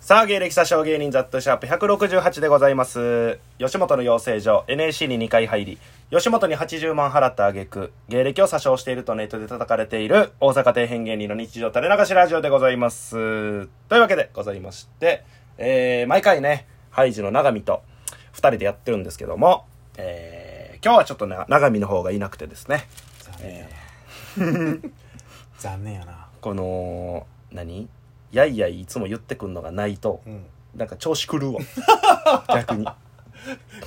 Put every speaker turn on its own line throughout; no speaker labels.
さあ、芸歴詐称芸人ザットシャープ168でございます。吉本の養成所 NAC に2回入り、吉本に80万払った挙句、芸歴を詐称しているとネットで叩かれている大阪底辺芸人の日常垂れ流しラジオでございます。というわけでございまして、えー、毎回ね、ハイジの長見と2人でやってるんですけども、えー、今日はちょっとね、長見の方がいなくてですね、
残念やな、残念やな
この、何やいやいいつも言ってくんのがないと、
うん
なんか調子狂うわ。 逆に。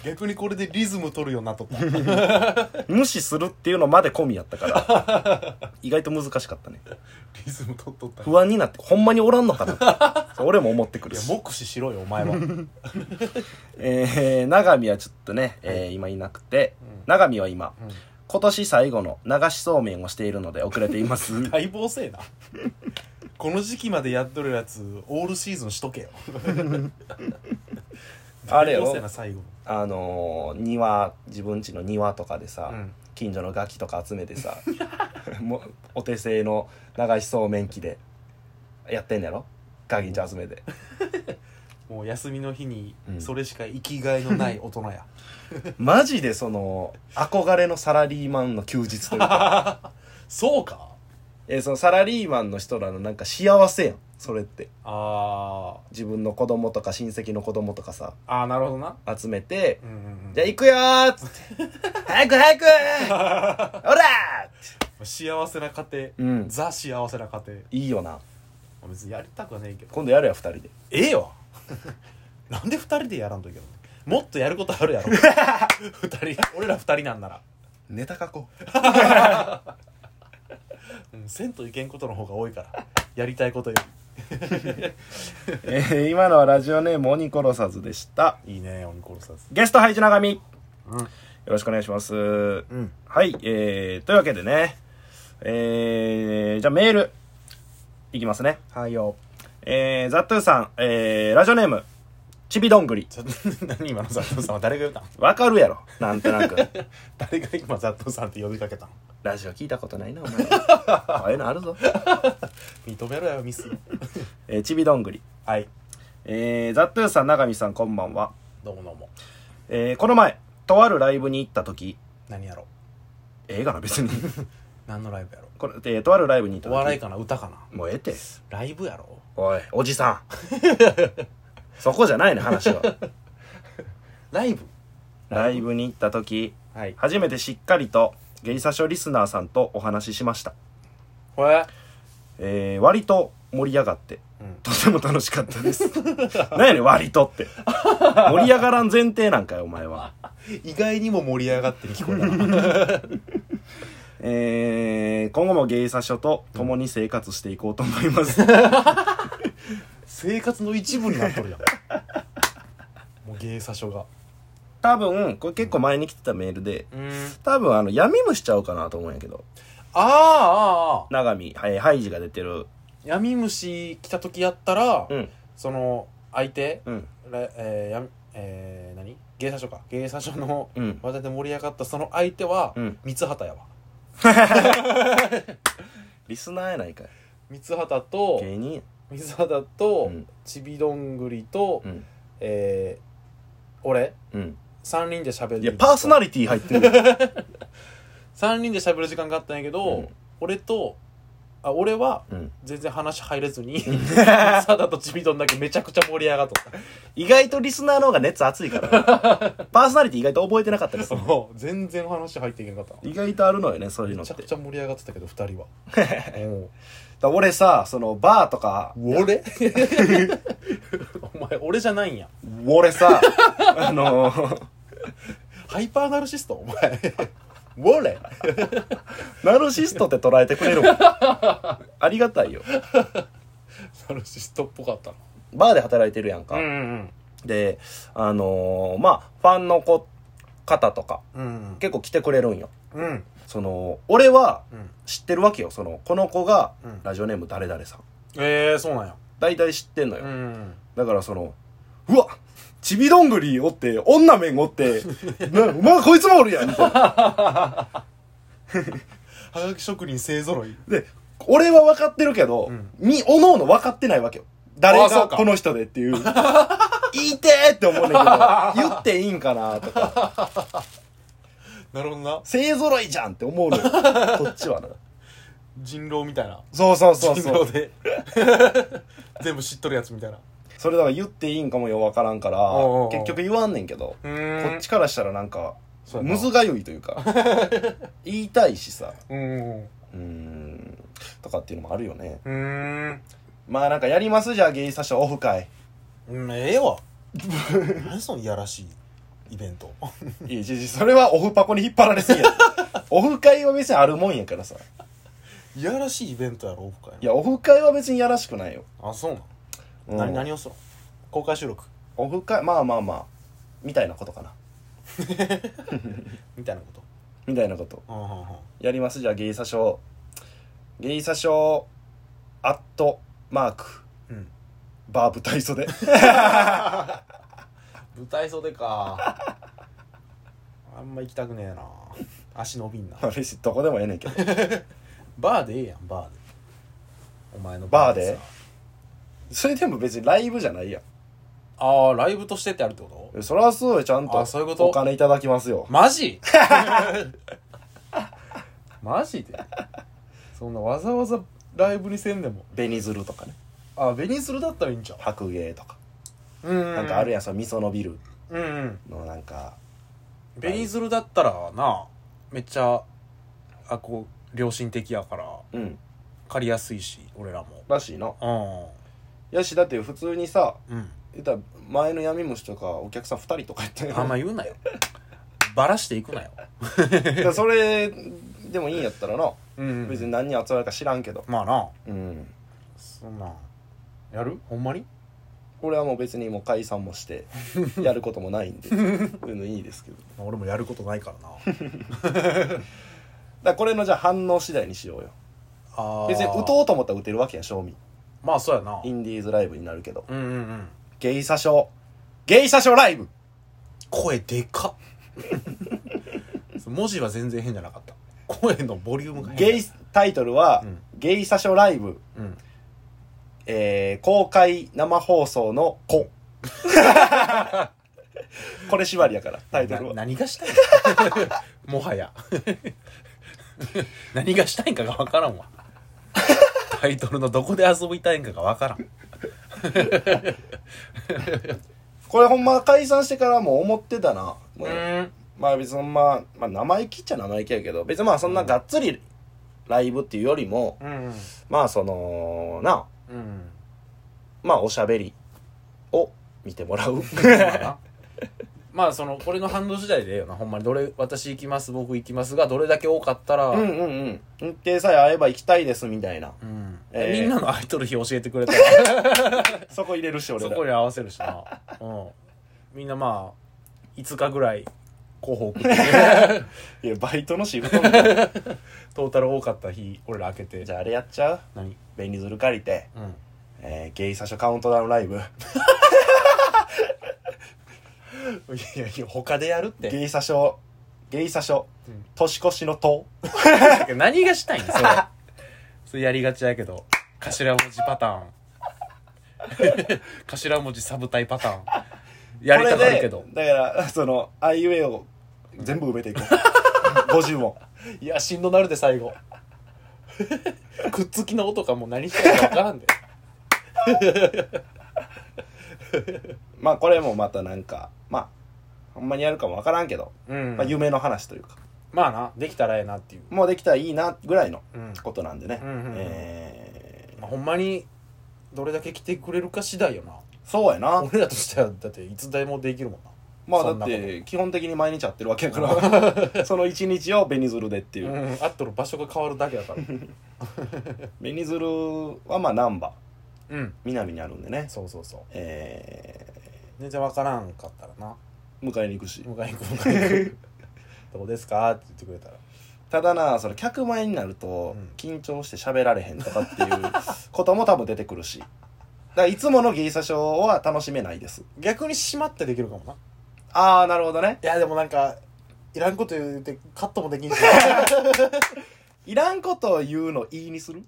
逆にこれでリズム取るようになっとった
無視するっていうのまで込みやったから、意外と難しかったね。
リズム取っとったい
不安になって、ほんまにおらんのかなって。俺も思ってくる
や
し。
目視しろよお前 はうん
えー、長見はちょっとね、えー今いなくて、長見は今、今年最後の流しそうめんをしているので遅れています。
待望せえなこの時期までやっとるやつオールシーズンしとけよ
あれよ
待望せえな最後
あのー、庭、自分家の庭とかでさ、
うん
近所のガキとか集めてさ、 もうお手製の流しそうめん機でやってんのやろガキんち集めて。
もう休みの日に
うん
それしか生きがいのない大人や、
マジでその憧れのサラリーマンの休日という か
そうか
えーそのサラリーマンの人らのなんか幸せやんそれって
あー
自分の子供とか親戚の子供とかさ
あーなるほどな
集めて
うんうん
「
うん
じゃあ行くよ!」っつ って「早く早くおら!」って
幸せな家庭、
うん
ザ幸せな家庭
いいよな
別にやりたくはねえけど
今度やるや二人で
ええよ なんで2人でやらんといけないのもっとやることあるや ろ二人俺ら2人なんなら、
ネタ書こう
うん、せんといけんことの方が多いからやりたいことよ
えー今のはラジオネーム鬼殺さずでした
りいいね鬼殺さず
ゲストハイジ長見よ
うん
ろしくお願いします、
うん
はい、えー、というわけでね、えー、じゃあメール、いきますね。
はいよ
えー、ザトゥーさん、えー、ラジオネーム、ちびどんぐり。
ちょ 何今のザットさんは誰が言ったん
わかるやろ、なんと なく。
誰が今ザットさんって呼びかけたん
ラジオ聞いたことないな、お 前。ああいうのあるぞ。
認めろよミス
えー、ちびどんぐり。
はい
えー、ザトゥーさん、長見さん、こんばんは。
どうもどうも
えー、この前、とあるライブに行った時
何やろ
ええがな、別 に。
何のライブやろ
これ、えー、とあるライブに行った
お
時
笑いかな歌かな
もうええって。
ライブやろ
おい、おじ さん。そこじゃないね、話は。
ライブ
ライブに行った時
はい
初めてしっかりとゲイサショリスナーさんとお話ししました、
ほえ
えー、割と盛り上がって
うん
とても楽しかったです 何やねん割とって盛り上がらん前提なんかよお前は
意外にも盛り上がってる聞こえたな
えー、今後もゲイサショと共に生活していこうと思います
生活の一部になっ とるやんもう芸者所が
多分これ結構前に来てたメールで
うん
多分あの闇もしちゃうかなと思うんやけど
ああああ
永見、はい、ハイジが出てる
闇虫来た時やったら、
うん
その相手、
うん
らえーやみえー何芸者所か芸者所の
うん
話題で盛り上がったその相手は、
うん
三畑やわ
リスナーやないかい
三畑と
芸人や
三畑と、
うん
ちびどんぐりと、
うん
えー俺
うん
三人で喋る
いやパーソナリティ入ってる
三人で喋る時間があったんやけど、
うん
俺とあ俺は
うん
全然話入れず にサダとちびどんだけめちゃくちゃ盛り上がっとっ
意外とリスナーの方が熱熱いからねパーソナリティ意外と覚えてなかったりす
た
る
そう全然話入っていけなかったな
意外とあるのよねそういうの
め
っ
ちゃく
て
ちゃ盛り上がってたけど2人は おう
だ俺さそのバーとか
俺お前俺じゃないんや
俺さあのー
ハイパーナルシストお前俺
ナルシストって捉えてくれるもんありがたいよ
ナルシストっぽかった
バーで働いてるやんか、
なうん
であのーまあファンの子方とか
うんうん
結構来てくれるんよ
うん
その俺は
うん
知ってるわけよそのこの子が
うん
ラジオネーム誰々さん
ええそうなんや
大体知ってんのよ、
ん
だからその、うわちびどんぐりおって、女面おって、 な、うまあこいつもおるやんみたいな。
はがき職人勢ぞろい
で、俺は分かってるけど、
うん
み、おのおの分かってないわけよ。誰
あそ
が
うか
この人でって いう言いてーって思うねんだけど言っていいんかなとか
なるほどな
勢ぞろいじゃんって思うの よこっちはな
人狼みたいな
そうそうそう
人
そう
狼 で全部知っとるやつみたいな
それだから言っていいんかもよ分からんから
おうおう
結局言わんねんけど
う
こ
ーん
っちからしたらなんか
そうやな
むずがゆいという か言いたいしさ
うん
うーんとかっていうのもあるよね
うん
まあなんかやりますじゃあゲイサシャオフ会
うんええわ 何そのいやらしいイベント
いやいやいやそれはオフパコに引っ張られすぎ やオフ会は別にあるもんやからさ
いやらしいイベントやろオフ会の
いやオフ会は別にやらしくないよ、
あそうなん、
うん
何何をするの公開収録
オフ会まあまあまあみたいなことかな
みたいなこと
みたいなこと
うんうんうん
やりますじゃあゲイサショゲイサショアットマーク
うん
バーブ体 袖
舞台袖か あんま行きたくねえな足伸びんな
あれしどこでもええねんけど
バーでええやんバーでお前のさ
バーでそれでも別にライブじゃないや
ああライブとしてってあるってこと
んそらそうよちゃんと
あそういうこと
お金いただきますよ
マ ジマジでそんなわざわざライブにせんでも
紅鶴とかね
あベニスルだったらいいんちゃ
白芸とか、
ううん
なんかあるやんその味噌のビル
うんうん
のなんか
ベニズルだったらなめっちゃあこう良心的やから
うん
借りやすいし俺らも
らしいな
う
やしだって普通にさ
んうん
言ったら前の闇虫とかお客さん2人とかやったよ
あんま言うなよバラしていくなよ
だからそれでもいいんやったらな
うん
別に何に集まるか知らんけど
まあな
うん
そんなんやるほんまに
俺はもう別にもう解散もして やることもないん でそういうのいいですけどだか
俺もやることないからな
らこれのじゃあ反応次第にしようよ
あ
別に打
う
とうと思ったら打てるわけや正味
まあそうやな
インディーズライブになるけど
うんうんうん
ゲイサショゲイサショライブ
声で かっ文字は全然変じゃなかった声のボリュームが
ゲ
変
イタイトルは、
うん
ゲイサショライブ、
うん
えー公開生放送の子これ縛りやからタイトル
な
は
何がしたいの もはや何がしたいんかが分から んわタイトルのどこで遊びたいんかが分からん
これほんま解散してからも思ってたな、もう
うん
まあ別にほんま、まあ、生意気っちゃ生意気やけど別にまあそんながっつりライブっていうよりも、
うん
まあそのな
うん
まあおしゃべりを見てもらう
まあそのこれの反応次第でええよなほんまにどれ私行きます僕行きますがどれだけ多かったら、
うんうんうん日程さえ合えば行きたいですみたいな
うん
ええ
みんなのアイドル日教えてく れたら
そこ入れるし俺
そ
ら
こに合わせるしな、うん、みんなまあ5日ぐらい候補送って
いやバイトのシフトみたいな
トータル多かった日俺ら開けて
じゃああれやっちゃう
何
便利ズル借りて、
うん
えー、ゲイ最初カウントダウンライブ
いやいや他でやるって
ゲイ最初ゲイ最初
うん
年越しの塔
何がしたいんそれ それやりがちやけど頭文字パターン 頭文字サブタイパターンやりたがるけど
これでだからそのあいうえを全部埋めていこう 50音
いやしんどなるで最後 くっつきの音かもう何してるか分からんで
まあこれもまたなんかまあほんまにやるかもわからんけど、
うん
まあ、夢の話というか
まあなできたらええなっていう、
もうできたらいいなぐらいの
うん
ことなんでね、
うんうんうん
え
まあ、ほんまにどれだけ来てくれるか次第よな
ーそうやな
俺らとしてはだっていつでもできるもんな
まあ
そ
だ
ん
っ
なこと
て基本的に毎日会ってるわけやから その一日を紅鶴でっていう、
うん、あっとる場所が変わるだけだから
紅鶴はまあ難波
うん
南にあるんでね
そうそうそう
え
全然分からんかったらな
ー迎えに行くし、
迎えに行く迎えに行くどうですかって言ってくれたら
ただなその客前になると
うん
緊張して喋られへんとかっていう ことも多分出てくるしだからいつもの芸者ショーは楽しめないです
逆に閉まってできるかもな
ああなるほどね
いやでもなんかいらんこと言ってカットもできんし
いらんことを言うのいいにする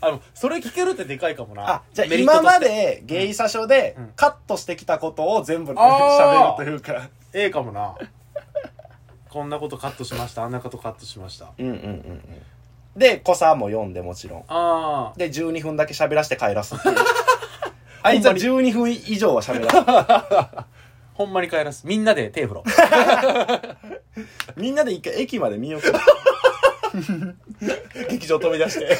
あのそれ聞けるってでかいかもな
あ、じゃあ
メリットと
今
して
までゲイサショで
うん
カットしてきたことを全部
あ
喋ると
ー
いうか。
ええかもなこんなことカットしましたあんなことカットしました
うんうんうんうん。で、子さも読んでもちろん。
あ
で、12分だけ喋らせて帰らすっていう あいつは12分以上は喋ら す。
あほんまに帰らすみんなで手振ろう
みんなで一回駅まで見よ う劇場飛び出して。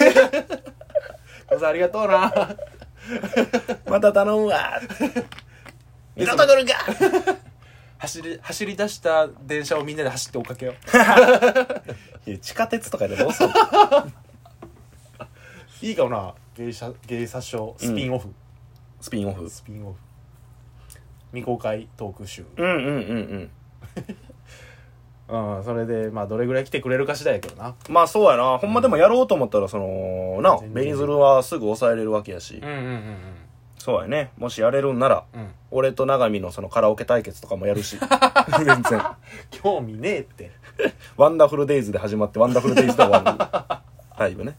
小沢ありがとうな
また頼むわ二度と来るか
走り走り出した電車をみんなで走って追っかけよう
いや地下鉄とかでどう する
いいかもな芸者芸者賞スピンオフ、
スピンオフ
スピンオフ未公開トーク集
うんうんうんうん
うんそれでまあどれぐらい来てくれるか次第やけどな
まあそうやなほんまでもやろうと思ったらそのな
全然
ベニズルはすぐ抑えれるわけやし
んうん
そうやねもしやれるんなら
うんうん
俺と永見のそのカラオケ対決とかもやるし 全然
興味ねえって
ワンダフルデイズで始まってワンダフルデイズで終わ るライブね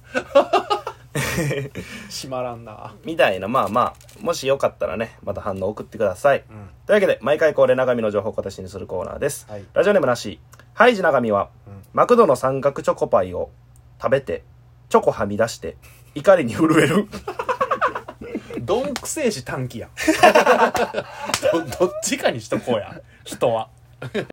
閉まらんな
みたいなまあまあもしよかったらねまた反応送ってください
うん
というわけで、毎回恒例長見の情報を形にするコーナーです。
はい
ラジオネームなし。ハイジ長見は、
うん
マクドの三角チョコパイを食べて、チョコはみ出して、怒りに震える。
どんくせ えし短期やんどどっちかにしとこうや人は